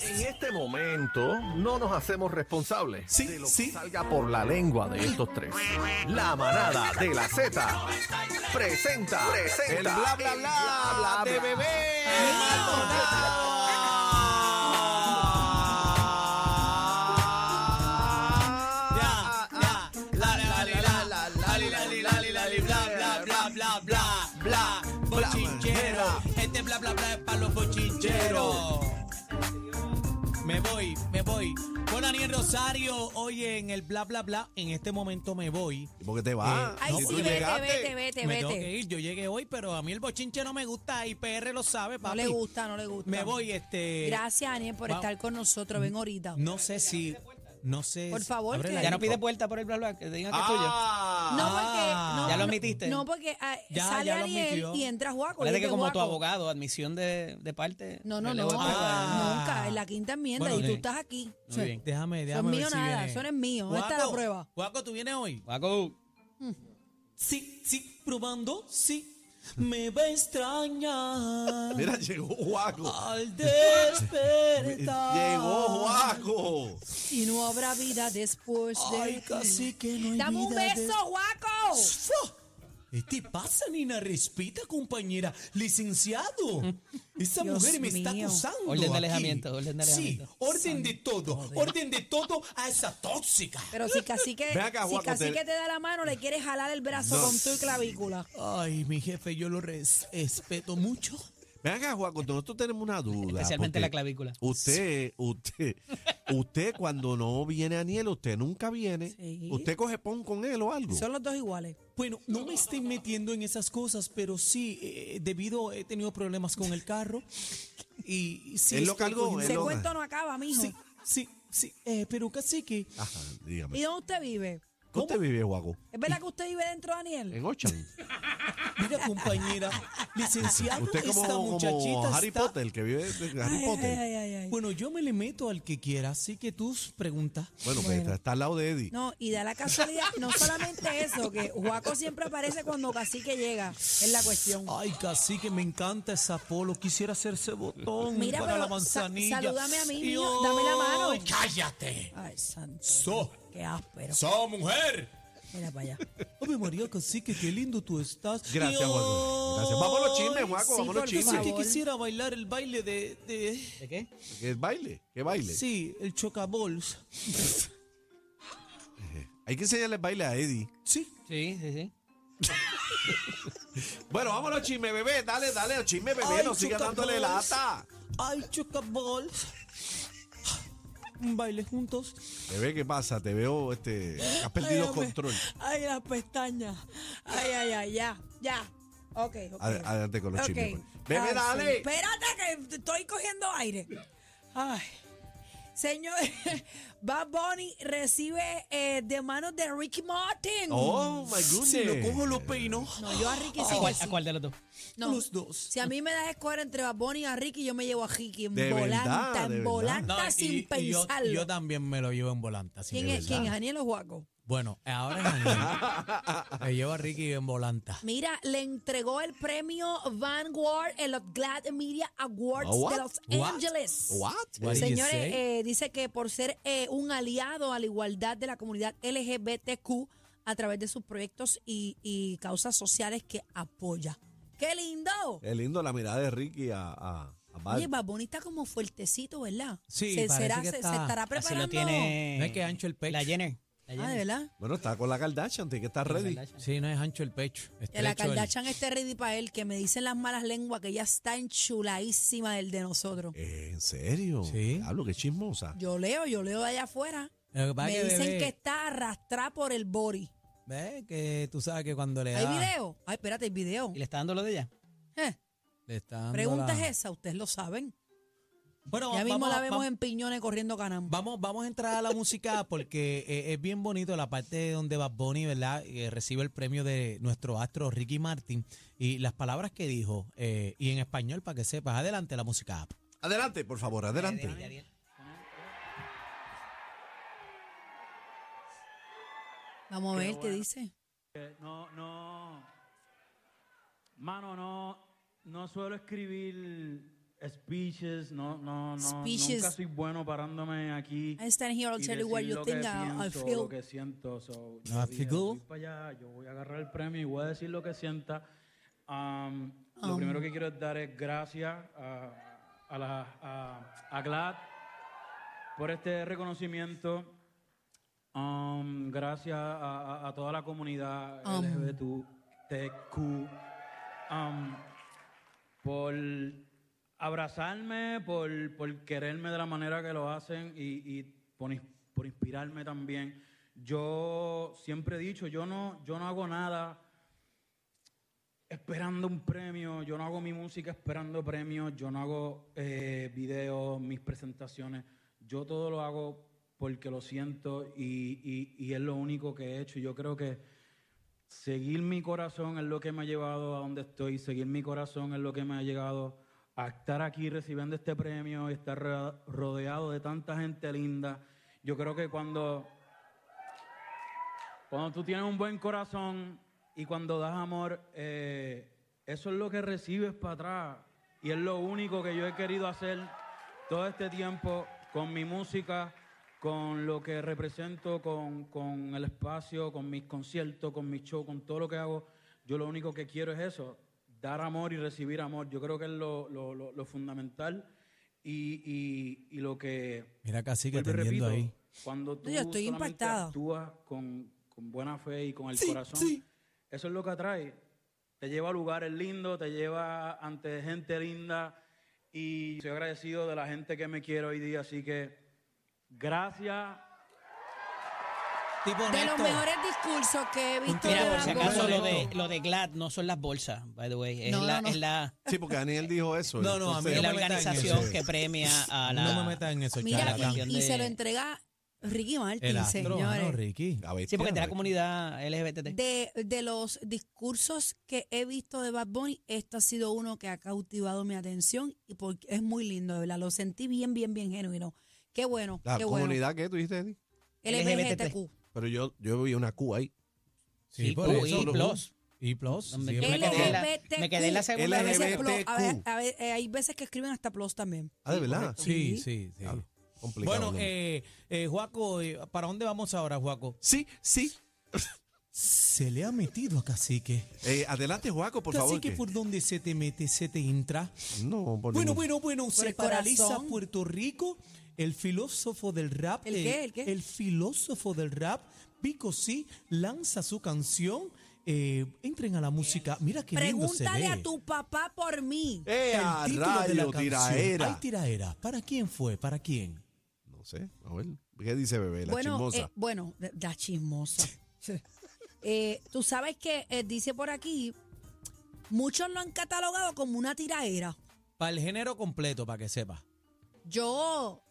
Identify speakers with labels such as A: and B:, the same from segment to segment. A: En este momento no nos hacemos responsables
B: Sí,
A: de lo
B: sí.
A: que salga por la lengua de estos tres. La manada de la Z presenta, presenta
B: El bla bla bla,
A: el bla, bla,
B: de
A: bla.
B: bebé Maldonado. Ya, ya. La, la, li, la, la, la, li, la, li, la, li, la, li, bla, bla, bla, bla, bla, bla. Bochinchero. Este bla bla bla es para los bochincheros. Me voy, me voy. Con Daniel Rosario, oye, en el bla bla bla, en este momento me voy.
C: ¿Por qué te vas?
B: Eh,
D: Ay,
B: No,
D: sí,
B: tú
D: vete,
B: llegaste.
D: vete, vete,
B: me tengo
D: vete.
B: que ir, yo llegué hoy, pero a mí el bochinche no me gusta, IPR lo sabe, papi.
D: No le gusta, no le gusta.
B: Me voy, este.
D: Gracias, Aniel, por
B: Vamos.
D: estar con nosotros. Ven ahorita.
B: No sé si. No sé.
D: Por
B: si-
D: favor,
B: ábrela
D: que-
B: ahí,
E: Ya no
B: por
E: pide
B: favor.
E: puerta por el bla bla, que digan que es tuyo.
B: Ah.
D: No, porque. No,
E: ya lo
D: no,
E: admitiste.
D: No, porque ah,
B: Ya,
D: sale
B: ya lo
D: Ariel
B: admitió.
D: y entra Juaco.
E: Acuérdate
D: y
E: que
D: dice,
E: como tu
D: "Juaco".
E: abogado, admisión de, de parte.
D: No, no,
E: relevo
D: no.
E: de parte.
B: Ah.
D: Nunca. En la quinta enmienda.
B: Bueno,
D: y tú
B: sí.
D: estás aquí.
E: Muy bien.
B: Déjame, déjame.
D: Son
B: ver
D: mío
B: si
D: nada,
B: viene.
D: son es mío. ¿Dónde está
B: Guaco,
D: la prueba?
B: Guaco, ¿tú vienes hoy?
E: Guaco,
B: Ah, Sí, sí, probando, sí. Me va a extrañar
C: Mira, llegó Juaco.
B: al
C: Llegó Juaco.
D: Y no habrá vida después de. ti.
B: que no hay
D: ¡Dame un
B: vida de-
D: beso, Juaco!
B: ¡Fua! ¿Qué te pasa, Nina? Respita, compañera. Licenciado. Esa
D: Dios
B: mujer me está
D: mío.
B: acusando.
E: Orden de
B: aquí.
E: alejamiento, orden de
B: Sí,
E: alejamiento.
B: orden de todo. Orden de todo a esa tóxica.
D: Pero si casi que
C: Ve acá,
D: si
C: Juaco, te-
D: cacique te da la mano, le quieres jalar el brazo con tu clavícula.
B: Ay, mi jefe, yo lo res- respeto mucho.
C: Ven acá, Juaco, nosotros tenemos una duda.
E: especialmente la
C: porque
E: clavícula.
B: Uh.
C: Usted, usted, usted cuando no viene Aniel, usted nunca viene.
D: Sí.
C: Usted coge pon con él o algo.
D: Son los dos iguales.
B: Bueno, no me estoy metiendo en esas cosas, pero sí, eh, debido he tenido problemas con el carro. Y sí,
C: Él lo
B: estoy
C: cargó,
B: cogiendo-
C: él
D: Ese
C: lo-
D: cuento no acaba, mijo.
B: Sí, sí, sí. eh, pero casi que.
C: Ajá, dígame.
D: ¿Y dónde usted vive?
C: ¿Cómo usted vive, Juaco?
D: ¿Es verdad que usted vive dentro, Daniel?
C: En Ochan.
B: Mira, compañera, licenciado,
C: Usted
B: esta
C: como, como
B: muchachita
C: Harry
B: está-
C: Potter, que vive de Harry
D: Ay,
C: Potter.
D: ay, ay, ay, ay.
B: Bueno, yo me le meto al que quiera, así que tus preguntas.
C: Bueno, pues está, está al lado de Eddie.
D: No, y da la casualidad, no solamente eso, que Juaco siempre aparece cuando Cacique llega, es la cuestión.
B: Ay, casi que me encanta esa polo. Quisiera hacerse botón
D: Mira,
B: para
D: pero
B: la manzanilla.
D: sa- salúdame a mí,
B: Y
D: mío, dame la mano.
B: hoy- ¡Cállate!
D: Ay, santo.
B: So.
D: Qué áspero.
B: ¡So, mujer!
D: Mira para allá.
B: Ave María, cacique, qué lindo tú estás.
C: Gracias,
B: Y
C: Juaco. Gracias.
B: hoy-
C: Vamos a los chismes, Juaco.
D: sí,
C: vamos a los
D: por
C: chismes.
B: Cacique,
D: favor.
B: quisiera bailar el baile de... de-
E: ¿De qué?
C: ¿Qué baile? ¿Qué baile?
B: Sí, el chocabols.
C: Hay que enseñarle el baile a Eddie.
B: Sí.
E: Sí, sí, sí.
C: Bueno, vámonos, chisme, bebé. Dale, dale, chisme, bebé.
B: Ay,
C: no siga
B: chuta,
C: dándole
B: boys.
C: lata.
B: Ay, chocabols. Un baile juntos.
C: Bebé, ¿qué pasa? Te veo, este, has
D: Ay,
C: perdido
D: hombre. Mm.
C: control.
D: Ay, las pestañas. Ay, ay, ay, ya, ya. Ok, ok.
C: Ad- adelante con los
D: Ok.
C: chismes, pues. Bebé,
D: Ay,
C: dale.
D: sí. Espérate que estoy cogiendo aire. Ay. Señor, Bad Bunny recibe eh, de manos de Ricky Martin.
C: Oh, my goodness.
B: Si lo cojo, lo peino.
D: No, yo a Ricky sí
E: ¿A
D: que
E: cuál,
D: sí.
E: a cuál de los dos?
D: No.
B: Los dos.
D: Si a mí me das escoger entre Bad Bunny y a Ricky, yo me llevo a Ricky en
C: De
D: volanta,
C: verdad, de
D: en
C: verdad.
D: volanta
B: No, y-
D: sin
B: y yo- y yo,
D: pensarlo.
B: también me lo llevo en volanta. así
D: ¿Quién
B: que-
D: es? ¿Quién es? ¿Aniel o Juaco?
B: Bueno, ahora es Ángel. Me llevo a Ricky en volanta.
D: Mira, le entregó el premio Vanguard en los Glad Media Awards
C: Oh, what?
D: de Los
B: What?
D: Ángeles.
B: What
C: What?
B: is-
D: Señores,
B: you say?
D: eh, dice que por ser eh, un aliado a la igualdad de la comunidad LGBTQ a través de sus proyectos y, y causas sociales que apoya. ¡Qué lindo!
C: Qué lindo la mirada de Ricky a, a, a Bad.
D: Oye, Baboni está como fuertecito, ¿verdad?
B: Sí,
D: se,
B: parece
D: será-
B: que
D: se-
B: está-
D: se estará
E: Así
D: preparando.
E: lo tiene.
B: No es que ancho el pecho.
E: La Jenner. La
D: Ah, ¿de
E: Jenner.
D: verdad?
C: Bueno, está con la Kardashian, tiene que estar ready.
B: Sí, no es ancho el pecho.
D: Que
B: estrecho
D: la
B: el-
D: Kardashian esté ready para él, que me dicen las malas lenguas que ella está enchuladísima del de nosotros.
C: Eh, ¿En serio?
B: Sí.
C: Hablo, qué chismosa.
D: Yo leo, yo leo de allá afuera.
B: Lo que pasa
D: Me
B: es que,
D: dicen
B: bebé,
D: que está arrastrada por el body.
B: ve que tú sabes que cuando le
D: ¿Hay
B: da-
D: video? Ay, espérate, hay video.
E: ¿Y le está dando lo de ella?
D: Eh,
B: le está dando
D: pregunta
B: la-
D: es esa, ustedes lo saben.
B: Bueno,
D: Ya mismo
B: vamos,
D: la vemos
B: vamos-
D: en piñones corriendo canam.
B: Vamos, vamos a entrar a la música porque eh, es bien bonito la parte donde Bad Bunny, ¿verdad? Eh, recibe el premio de nuestro astro Ricky Martin y las palabras que dijo eh, y en español para que sepas. Adelante la música app.
C: Adelante, por favor, adelante.
D: Vamos a ver qué
F: bueno.
D: dice.
F: No, no. Mano, no, no suelo escribir Speeches, no, no, no.
D: Speeches.
F: Nunca soy bueno parándome aquí.
D: I stand here, I'll
F: y
D: tell you
F: decir
D: what you
F: lo que
D: think, I, I
F: pienso,
D: feel.
F: Lo que siento. So, yo
E: Ah,
F: dije,
E: feel good.
F: voy pa' allá, yo voy a agarrar el premio y voy a decir lo que sienta. Um, lo
D: Um.
F: primero que quiero es dar es gracias a, a, la, a, a GLAD por este reconocimiento. Um, gracias a, a- a toda la comunidad
D: Um.
F: LGBTQ. Um, por abrazarme, por, por quererme de la manera que lo hacen y, y por, ins- por inspirarme también. Yo siempre he dicho, yo no, yo no hago nada esperando un premio, yo no hago mi música esperando premios, yo no hago eh, videos, mis presentaciones, yo todo lo hago porque lo siento y, y- y es lo único que he hecho. Yo creo que seguir mi corazón es lo que me ha llevado a donde estoy, seguir mi corazón es lo que me ha llegado a estar aquí recibiendo este premio y estar ro- rodeado de tanta gente linda. Yo creo que cuando cuando tú tienes un buen corazón y cuando das amor, eh, eso es lo que recibes para atrás. Y es lo único que yo he querido hacer todo este tiempo con mi música, con lo que represento, con, con el espacio, con mis conciertos, con mis shows, con todo lo que hago. Yo lo único que quiero es eso, dar amor y recibir amor. Yo creo que es lo, lo- lo- lo fundamental y, y- y lo que
E: Mira, casi
F: Vuelvo y Pues repito, Cuando tú
D: yo estoy
F: solamente
D: impactada.
F: actúas con, con buena fe y con el corazón, eso es lo que atrae. Te lleva a lugares lindos, te lleva ante gente linda y soy agradecido de la gente que me quiere hoy día, así que gracias.
E: Tipo
D: De
E: honesto.
D: los mejores discursos que he visto
E: Mira,
D: de
E: por si
D: Bad
E: acaso
D: Bunny.
E: lo de, lo de GLAD no son las bolsas, by the way. Es
D: No,
E: la,
D: no, no.
E: Es la,
C: Sí, porque Daniel dijo eso.
B: No, no, a mí
E: es
C: entonces-
E: la
B: me metas en
E: organización
B: eso.
E: que premia a la.
B: Ah, No me metas en eso,
D: Mira,
E: la
B: charlatán.
D: y,
E: canción
D: y se
E: de-
D: lo entrega Ricky
B: El
D: Martin,
B: astro, mano,
D: señores.
B: Ricky.
C: La bestia,
E: Sí, porque es de la
C: ¿no?
E: comunidad LGBT.
D: De, de los discursos que he visto de Bad Bunny, este ha sido uno que ha cautivado mi atención y porque es muy lindo, de verdad. Lo sentí bien, bien, bien genuino. Qué bueno,
C: La
D: qué bueno.
C: comunidad que tú dijiste, Eddie.
D: LGBTQ.
C: Pero yo, yo vi una Q ahí.
B: Sí, por
E: Q,
B: eso.
E: y plus.
B: Y plus.
E: Donde
B: sí,
E: yo me
B: por
E: quedé en
B: favor.
E: la- me quedé en la segunda
D: A veces
C: LGBTQ.
D: plus, a ve- a ve- eh, hay veces que escriben hasta plus también.
C: Ah, de verdad.
B: Sí, sí, sí.
C: Claro, complicado.
B: Bueno,
C: ¿no?
B: eh, eh, Juaco, eh, ¿para dónde vamos ahora, Juaco?
C: sí, sí.
B: Se le ha metido a Cacique.
C: Eh, adelante, Juaco, por
B: Cacique,
C: favor. que-
B: por donde se te mete, se te entra.
C: No, por
B: Bueno,
C: ningún-
B: bueno, bueno, se
D: el
B: paraliza
D: corazón.
B: Puerto Rico. El filósofo del rap.
D: ¿El
B: eh,
D: qué? ¿El qué?
B: filósofo del rap, Pico sí, lanza su canción. eh, entren a la música. Mira qué lindo se
D: Pregúntale
B: ve.
D: a tu papá por mí.
C: ¡Eh, a
B: el título de la
C: rayo,
B: canción.
C: tiraera!
B: Ay, tiraera. ¿Para quién fue? ¿Para quién?
C: No sé, a ver. ¿Qué dice bebé? La
D: bueno,
C: chismosa.
D: eh, bueno, de- la chismosa. Eh, Tú sabes que eh, dice por aquí, muchos lo han catalogado como una tiraera.
B: Para el género completo, para que sepa.
D: Yo,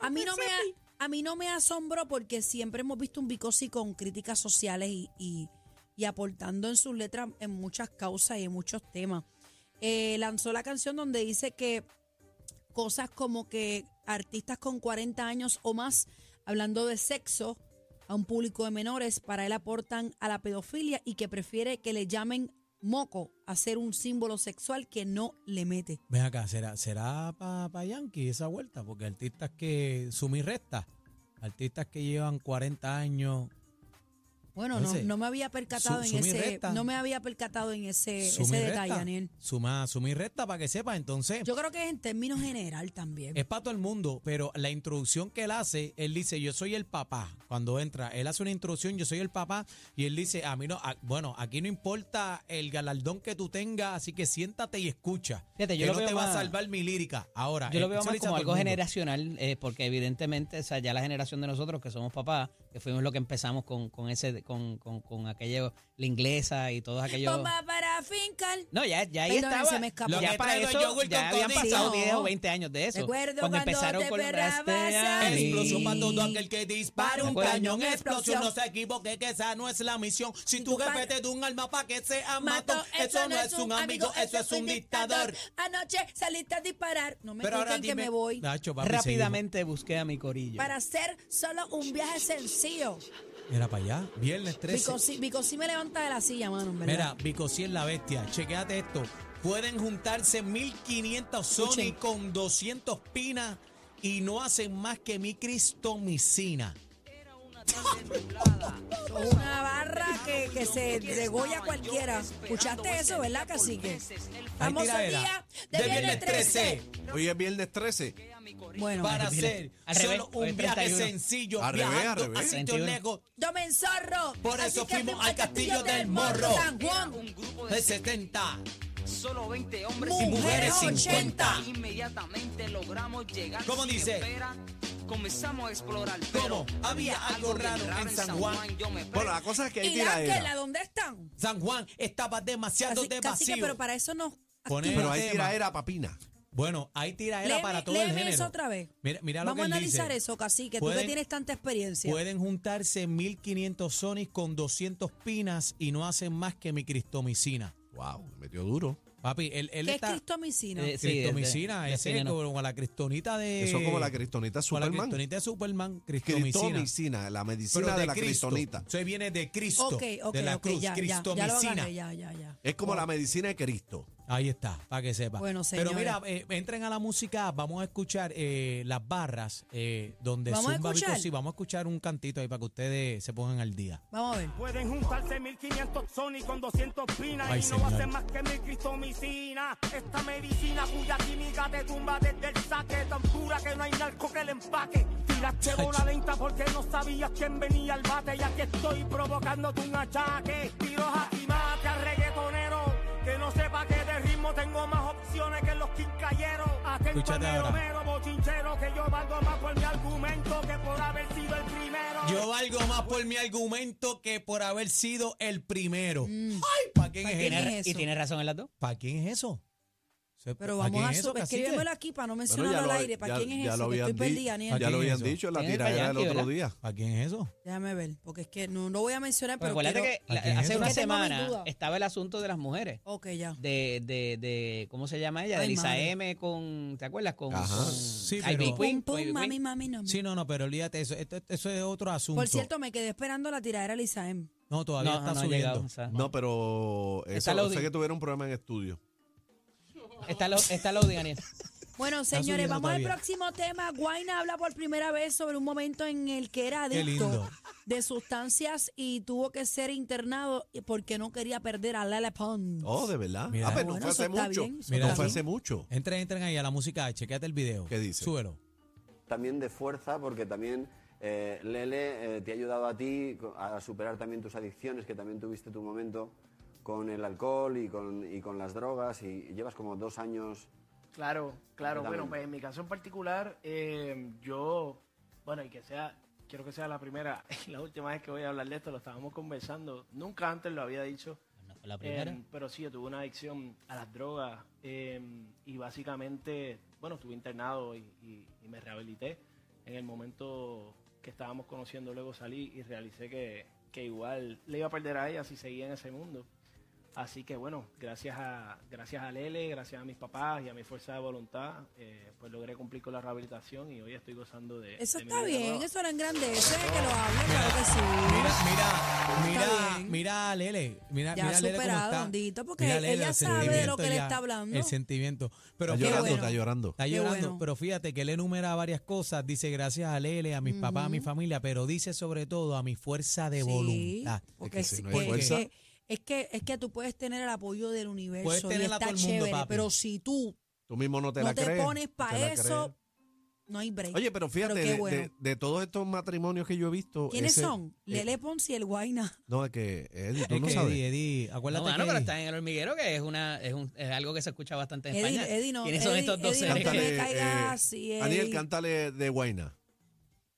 D: a mí no me, a, a mí no me asombró porque siempre hemos visto un Bicosi con críticas sociales y, y- y aportando en sus letras en muchas causas y en muchos temas. Eh, lanzó la canción donde dice que cosas como que artistas con 40 años o más hablando de sexo a un público de menores para él aportan a la pedofilia y que prefiere que le llamen moco a ser un símbolo sexual que no le mete.
B: Ven acá, ¿será, será para Yankee esa vuelta? Porque artistas que sumi resta, artistas que llevan 40 años,
D: Bueno, no,
B: Entonces,
D: no me había percatado
B: su-
D: en
B: suma y
D: ese,
B: resta.
D: no me había percatado en ese, ese
B: suma y
D: detalle,
B: resta.
D: Daniel.
B: Suma, suma y resta para que sepa, entonces
D: Yo creo que es en términos general también.
B: Eh, es para todo el mundo, pero la introducción que él hace, él dice, yo soy el papá. Cuando entra, él hace una introducción, yo soy el papá, y él dice, a mí no, a- bueno, aquí no importa el galardón que tú tengas, así que siéntate y escucha.
E: Fíjate,
B: que
E: yo lo
B: no
E: veo
B: te va a
E: más-
B: salvar mi lírica. Ahora,
E: Yo lo
B: él- Ah,
E: veo
B: eh, eso
E: más
B: le dice a todo
E: como
B: el
E: algo
B: mundo.
E: generacional, eh, porque evidentemente, o sea, ya la generación de nosotros que somos papás, que fuimos lo que empezamos con, con ese, con, con, con aquello, la inglesa y todos aquellos.
D: Bomba para fincar.
E: No, ya, ya ahí
D: Perdón,
E: estaba.
D: se me escapó.
E: Lo
D: Ya
E: que para
B: traído el
E: eso
B: yogur
E: ya
B: con
E: habían
B: condimento.
E: pasado
D: Sí, no.
E: 10 o 20 años de eso.
D: Recuerdo
E: cuando
D: cuando
E: empezaron
D: te
E: con
D: perrabas
E: Rastea-
D: a mí.
B: Explosión para todo aquel que dispara un
E: Recuerda.
B: cañón, explosión. No se equivoque que esa no es la misión. Si tu jefe te da un alma para que sea matón, eso no es un amigo, eso es un dictador.
D: Anoche saliste a disparar. No me toquen que
B: dime-
D: me voy.
B: Nacho, papi,
E: Rápidamente busqué a mi corillo.
D: Para hacer solo un viaje sencillo.
B: seguimos. Mira para allá, viernes 13.
D: Vicosi, Vicosi me levanta de la silla, mano. en ¿verdad?
B: Mira, Bicosí es la bestia. Chequéate esto. Pueden juntarse 1500 Sony
D: Escuchen.
B: con 200 pinas y no hacen más que mi cristomicina.
D: Una barra que, que se degolla cualquiera. ¿Escuchaste eso, verdad, cacique? Famoso
B: tiradera.
D: día de viernes 13.
C: Hoy es viernes 13.
D: Bueno,
B: para
E: mira,
B: hacer
E: al revés,
B: solo
E: hoy
B: un
E: es
B: viaje
E: 31.
B: sencillo.
C: Al revés, al
B: viajando a
C: revés.
B: sitios
E: 31.
B: lejos
D: Domen Zorro.
B: Por
D: Así
B: eso
D: que
B: fuimos
D: fuimos
B: al Castillo del Morro.
D: San Juan.
G: Un grupo
B: de
D: Pues
G: de
B: 70.
G: solo 20 hombres
B: y mujeres
D: 50.
G: Inmediatamente logramos llegar.
B: ¿Cómo
G: sin
B: dice?
G: espera. Comenzamos a explorar.
B: ¿Cómo?
G: Pero
B: Había algo raro en San Juan.
G: Yo me
C: Bueno, la cosa es que hay
D: ¿Y la
C: tiradera.
D: Ángela, dónde están?
B: San Juan estaba demasiado
D: Así,
B: de
D: cacique,
B: vacío.
D: pero para eso no.
B: Pone-
C: Pero hay
B: Tema.
C: tiradera papina.
B: Bueno, hay tiraera
D: Léeme-
B: para todo el
D: léeme
B: género.
D: eso otra vez.
B: Mira, mira lo
D: Vamos a
B: que él
D: analizar
B: dice.
D: eso, cacique, tú
B: Pueden-
D: que tienes tanta experiencia.
B: Pueden juntarse 1500 Sonic con 200 pinas y no hacen más que mi cristomicina.
C: Wow, me metió duro.
B: Papi, él, él
D: ¿Qué es
B: está
D: cristomicina?
E: Eh, Sí,
B: cristomicina,
E: de- de
B: ese
E: veneno.
B: como la cristonita de
C: Eso es como la cristonita
B: como la
C: Superman.
B: cristonita de Superman, cristomicina.
C: Cristomicina, la
B: Pero
C: medicina de la
B: Cristo.
C: cristonita.
B: Eso viene de Cristo,
D: ok, ok,
B: de la
D: ok,
B: cruz,
D: ya, ya, ya lo
B: cristomicina.
D: agarré, ya, ya, ya.
C: Es
B: Oh.
C: como la medicina de Cristo.
B: Ahí está, para que sepa.
D: Bueno,
B: Pero
D: señores.
B: mira, eh, entren a la música, vamos a escuchar eh, las barras donde donde
D: ¿Vamos a
B: Zumba Vico-
D: escuchar?
B: sí, vamos a escuchar un cantito ahí para que ustedes se pongan al día.
D: Vamos a ver.
H: Pueden juntarse 1500 Sony con 200 pinas
B: Ay,
H: y
B: señor.
H: no hacen más que mi cristomicina. Esta medicina cuya química te tumba desde el saque, tan pura que no hay narco que le empaque. Tiraste
B: Ay,
H: bola lenta porque no sabías quién venía al bate y aquí estoy provocándote un achaque. Tiros aquí mate al reggaetonero, que no sepa que de ritmo tengo más opciones que los quincalleros. Atento al
B: Escúchate ahora.
H: meromero, bochinchero, que yo valgo más por mi argumento que por haber sido el primero.
B: Yo valgo más por mi argumento que por haber sido el primero. Ay, ¿para quién
D: ¿Pa'
B: es
D: Mm. quién
B: eso?
E: Tiene-
D: es
E: y
D: eso?
E: tiene razón en las dos.
B: ¿Para quién es eso?
D: Pero
B: ¿Pa'
D: vamos
B: quién
D: a
B: es eso,
D: su-
B: cacique?
D: escríbemelo aquí para no mencionarlo al aire. ¿Para quién es eso? Que estoy
C: di-
D: perdida,
C: ya
D: Aniel.
C: lo
B: ¿Quién es
C: habían
B: eso?
C: dicho en la
E: ¿Quién es el
C: tiradera del
E: payanqui,
C: otro
E: verdad?
C: día.
B: ¿Para quién es eso?
D: Déjame ver, porque es que no, no voy a mencionar,
E: Pero
D: pero
E: acuérdate
D: quiero-
E: que la-
B: Aquí es
E: hace
B: eso.
E: una
D: Es que tengo mis
E: semana
D: dudas.
E: estaba el asunto de las mujeres.
D: Ok, ya.
E: De, de, de, ¿cómo se llama ella? De
D: Ay,
E: Lisa
D: madre.
E: M con, ¿te acuerdas? Con,
C: Ajá.
E: con
B: Sí,
E: Ivy
B: pero-
D: Pum,
E: Queen,
D: pum,
E: con Ivy
D: mami,
E: Queen.
D: mami, no.
B: Sí, no, no, pero olvídate, eso, esto- eso es otro asunto.
D: Por cierto, me quedé esperando la tiradera Lisa M.
B: no, todavía
E: No,
B: está
E: no ha
B: subiendo.
E: llegado, o sea,
C: No, pero
E: Está
C: eso,
E: loading.
C: sé que tuvieron un problema en estudio.
E: Está, lo, está loading, Aniel.
D: Bueno,
B: Está
D: señores,
B: subiendo
D: vamos al
B: todavía.
D: próximo tema. Guaina habla por primera vez sobre un momento en el que era
B: Qué
D: adicto
B: lindo.
D: de sustancias y tuvo que ser internado porque no quería perder a Lele Pons.
C: Oh, de verdad.
B: Mira.
C: ah, pero no
D: Bueno,
C: fue
D: eso
C: hace
D: está
C: mucho.
D: bien, eso
B: Mira.
C: no
B: está
C: fue
B: bien.
C: hace mucho.
B: Entren, entren ahí a la música, chequéate el video.
C: ¿Qué dice?
B: Súbelo.
I: también de fuerza, porque también eh, Lele eh, te ha ayudado a ti co- a superar también tus adicciones, que también tuviste tu momento con el alcohol y con, y con las drogas, y llevas como dos años
J: Claro, claro. Bueno,
I: Completamente.
J: pues en mi caso en particular, eh, yo, bueno, y que sea, quiero que sea la primera y la última vez que voy a hablar de esto, lo estábamos conversando. Nunca antes lo había dicho,
E: No fue la
J: eh,
E: primera.
J: pero sí, yo tuve una adicción a las drogas eh, y básicamente, bueno, estuve internado y, y- y me rehabilité. En el momento que estábamos conociendo, luego salí y realicé que, que igual le iba a perder a ella si seguía en ese mundo. Así que bueno, gracias a, gracias a Lele, gracias a mis papás y a mi fuerza de voluntad, eh, pues logré cumplir con la rehabilitación y hoy estoy gozando de...
C: Este
D: Eso
J: de mi
D: está
J: vida
D: bien,
J: nueva.
D: eso lo engrandece, que lo hable, claro que sí.
B: Oh. Mira, mira,
D: Está
B: mira,
D: bien.
B: mira a Lele. Mira,
D: Ya
B: mira a Lele cómo
D: superado,
B: está.
D: Andito, porque
B: Mira a Lele,
D: ella
B: el
D: sabe de lo
B: sentimiento
D: que le
B: ya,
D: está hablando.
B: El sentimiento. Pero
C: Está
B: fíjate,
C: llorando,
D: bueno.
C: está llorando.
B: Está
D: Qué
B: llorando,
D: bueno.
B: pero fíjate que él enumera varias cosas, dice gracias a Lele, a mis papás, a mi familia, pero dice sobre todo a mi fuerza de
D: Sí,
B: voluntad.
D: Porque
C: Es que
D: es,
C: si no hay
D: que- es
C: fuerza-
D: que, es, que, es que tú puedes tener el apoyo del universo
B: Puedes
D: y
B: tener a
D: está
B: todo el mundo,
D: chévere,
B: papi.
D: pero si tú
C: Tú mismo no te
D: no
C: la
D: te
C: crees.
D: pones
C: no te la
D: para eso,
C: crees.
D: no hay break.
C: Oye, pero fíjate,
D: qué
C: de- de,
D: bueno.
C: de todos estos matrimonios que yo he
B: Pues
C: visto.
D: ¿Quiénes
C: ese-
D: son?
C: eh,
D: Lele Pons y el Guaina.
C: no, es que, Eddie, tú
B: Es
C: no
B: que,
C: sabes.
B: Eddie, Eddie, acuérdate
E: No, mano,
B: que
E: pero
B: Eddie-
E: está en el hormiguero, que es una es, un- es algo que se escucha bastante en
D: Eddie,
E: España.
D: Eddie no,
E: ¿Quiénes son
D: Eddie-
E: estos dos
D: Eddie no
E: seres?
D: come-
E: que-
D: me caigas así, Eddie.
C: Aniel, eh, cántale de Guaina.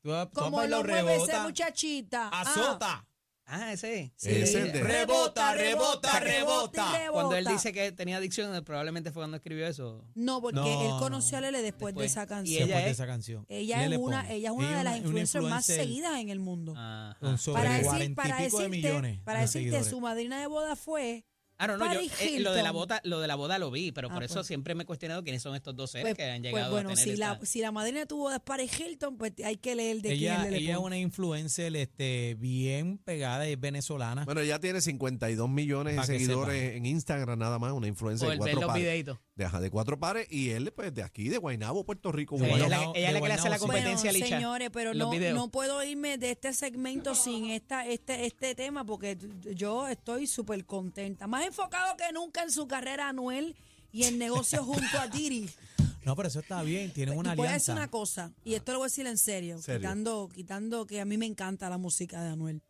B: tú vas- tú vas
D: Como
B: para
D: lo
B: los
D: mueve ese
B: rebota,
D: muchachita. Ah,
B: azota,
E: Ah, ese.
D: sí.
C: Ese es el de-
B: Rebota, rebota,
D: y
B: rebota.
E: Cuando él
D: rebota.
E: dice que tenía adicción, probablemente fue cuando escribió eso.
D: No, porque
B: No,
D: él conoció a Lele después,
E: después.
D: de esa
E: Y
D: canción.
E: ella
B: después de
E: es-
B: esa canción.
D: Ella es,
B: Lele
D: una,
B: Pons.
D: ella es una de las
B: una
D: influencers más
B: influencer
D: seguidas en el mundo.
E: Ah,
B: Con sobre
D: Para,
B: cuarenta
D: decir, para
B: y pico de
D: decirte,
B: millones.
D: para
B: de
D: decirte,
B: seguidores.
D: su madrina de boda fue
E: Ah, Ah, no, no, yo,
D: Paris
E: eh, lo, de la
D: Hilton.
E: boda, lo de la boda lo vi, pero
D: Ah,
E: por eso
D: pues.
E: siempre me he cuestionado quiénes son estos dos seres
D: Pues,
E: que han
D: pues
E: llegado
D: bueno,
E: a tener
D: si, la,
E: esta-
D: si la madrina tuvo de Paris Hilton, pues hay que leer de
B: ella,
D: quién le
B: ella es
D: le
B: una influencer este, bien pegada, es venezolana.
C: Bueno, ella tiene 52 millones de
B: Pa' que
C: seguidores
B: sepa.
C: en Instagram, nada más, una influencia
E: Por
C: de
E: ver
C: cuatro
E: los
C: pares.
E: videitos.
C: De, ajá, de cuatro pares, y él, pues, de aquí, de Guaynabo, Puerto Rico.
E: Ella,
C: Guaynabo.
E: es la- ella es la que le hace
B: Guaynabo,
E: la
B: sí.
E: competencia a Licha.
D: señores, pero
E: en
D: no,
E: los videos.
D: no puedo irme de este segmento sin esta, este, este tema porque yo estoy súper contenta. Más enfocado que nunca en su carrera, Anuel, y en negocios junto a Tiri.
B: No, pero eso está bien, tienen una
D: Pues, Y voy a decir
B: alianza.
D: una cosa, y esto lo voy a decir en serio,
C: Serio.
D: Quitando, quitando que a mí me encanta la música de Anuel.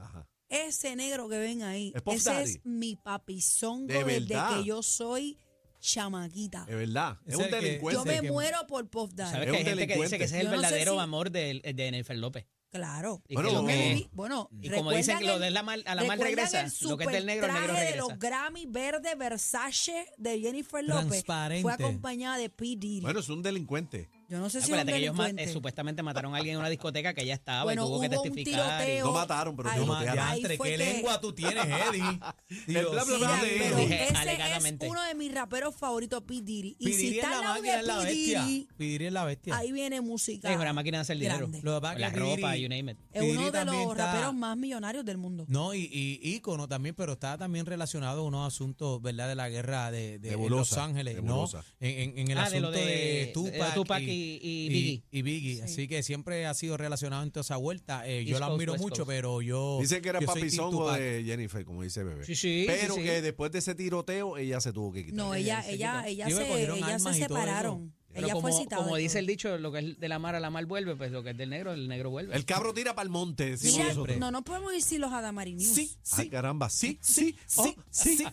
C: Ajá.
D: Ese negro que ven ahí,
C: Es Puff
D: ese
C: Daddy.
D: es mi papizongo
C: De
D: desde
C: verdad. Eh,
D: que yo soy chamaquita.
C: Es verdad, es
B: Ese
C: un
B: que-
D: Yo
C: delincuente.
D: me
B: que-
D: muero por Puff Daddy.
E: ¿Sabes
C: Es
E: que hay
C: un
E: gente que dice que ese es el
D: Yo no sé
E: verdadero
D: si-
E: amor de, de Jennifer López?
D: Claro.
E: Y
C: Bueno,
E: que lo
D: Yo me
E: que-
D: viví- bueno,
E: y como dicen que lo de la mal- a la mal regresa, lo que es del negro, el
D: traje
E: negro
D: de
E: regresa.
D: los Grammy verde Versace de Jennifer López
B: Transparente.
D: fue acompañada de P. Diddy.
C: Bueno, es un delincuente.
D: Yo no sé si es un
E: Acuérdate que ellos ma- eh,
D: delincuente.
E: supuestamente mataron a alguien en una discoteca que ella estaba
D: Bueno,
E: y tuvo que
D: hubo un
E: testificar. y-
D: tiroteo.
C: No mataron, pero
D: Ay,
C: no
B: No,
D: Ahí
C: mataron.
B: diantre,
D: fue
B: qué
D: que-
B: lengua tú tienes, Eddie. Dios
C: bla, bla, bla
D: Mira,
C: de
D: pero
C: ellos.
E: Dije,
D: ese es
E: alegadamente.
D: uno de mis raperos favoritos, P. Diddy. Y
B: Pidiri
D: si
B: es
D: está
B: la
D: al lado
B: máquina, es la
D: de P.
B: bestia.
D: Diddy,
B: Pidiri es la bestia.
D: ahí viene música
E: Es una máquina de hacer dinero.
D: grande.
B: Lo que pasa es que
E: La
B: Pidiri-
E: ropa, you name it.
D: Es uno
B: Pidiri
D: de
B: también
D: los
B: está-
D: raperos más millonarios del mundo.
B: No, y, y ícono también, pero está también relacionado a unos asuntos, ¿verdad? De la guerra de, de
C: Nebulosa,
B: Los Ángeles,
C: nebulosa.
B: ¿no? En, en- en el
E: Ah, de lo
B: asunto de,
E: de-
B: Tupac,
E: de Tupac y- y Biggie.
B: y Biggie. Así que siempre ha sido relacionado en toda esa vuelta. Eh, yo
E: East
B: la
E: Coast,
B: admiro
E: West
B: mucho,
E: Coast.
B: pero yo.
C: Dice que era
B: Oh, yo soy Team
C: papizongo
B: Tupac.
C: de Jennifer, como dice Bebé.
E: Sí, sí,
C: Pero
E: sí, sí.
C: que después de ese tiroteo, ella se tuvo que quitar.
D: No, ella,
B: se
D: ella,
B: quitó.
D: ella
B: Sí, me
D: se,
B: cogieron
D: ellas se
B: armas y todo eso.
D: separaron.
E: Pero
D: Ella fue
E: como,
D: citada.
E: como
D: y
E: dice
D: todo.
E: el dicho, lo que es de la mar a la mar vuelve, pues lo que es del negro, el negro vuelve.
C: El cabro tira para el monte, decimos
D: Mira,
C: nosotros.
D: no, no podemos decir los Adamari News.
C: Sí, sí. caramba, sí, sí, sí, sí.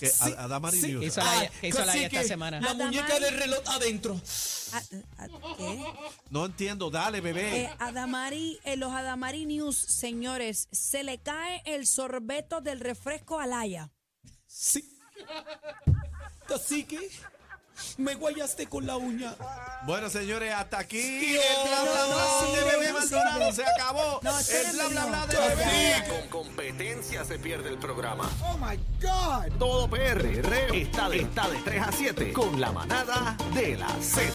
C: Que a- Adamari
B: sí.
C: News.
E: ¿Qué hizo la ¿qué hizo la
B: Así
E: Yaya esta
B: que
E: semana?
B: La
D: Adamari-
B: muñeca del reloj adentro.
D: Ah, ah, ah, ¿qué?
C: No entiendo, dale, bebé.
D: Eh, Adamari, eh, los Adamari News, señores, se le cae el sorbeto del refresco a Laia.
B: Sí. Así que me guayaste con la uña.
C: Bueno, señores, hasta aquí el bla bla bla de bebé Maldonado se acabó.
D: No,
C: el bla
D: espérame,
C: bla bla
D: no.
C: de bebé.
A: Con competencia se pierde el programa. Oh my God. Todo PR está de, está de 3 a 7 con la manada de la Z.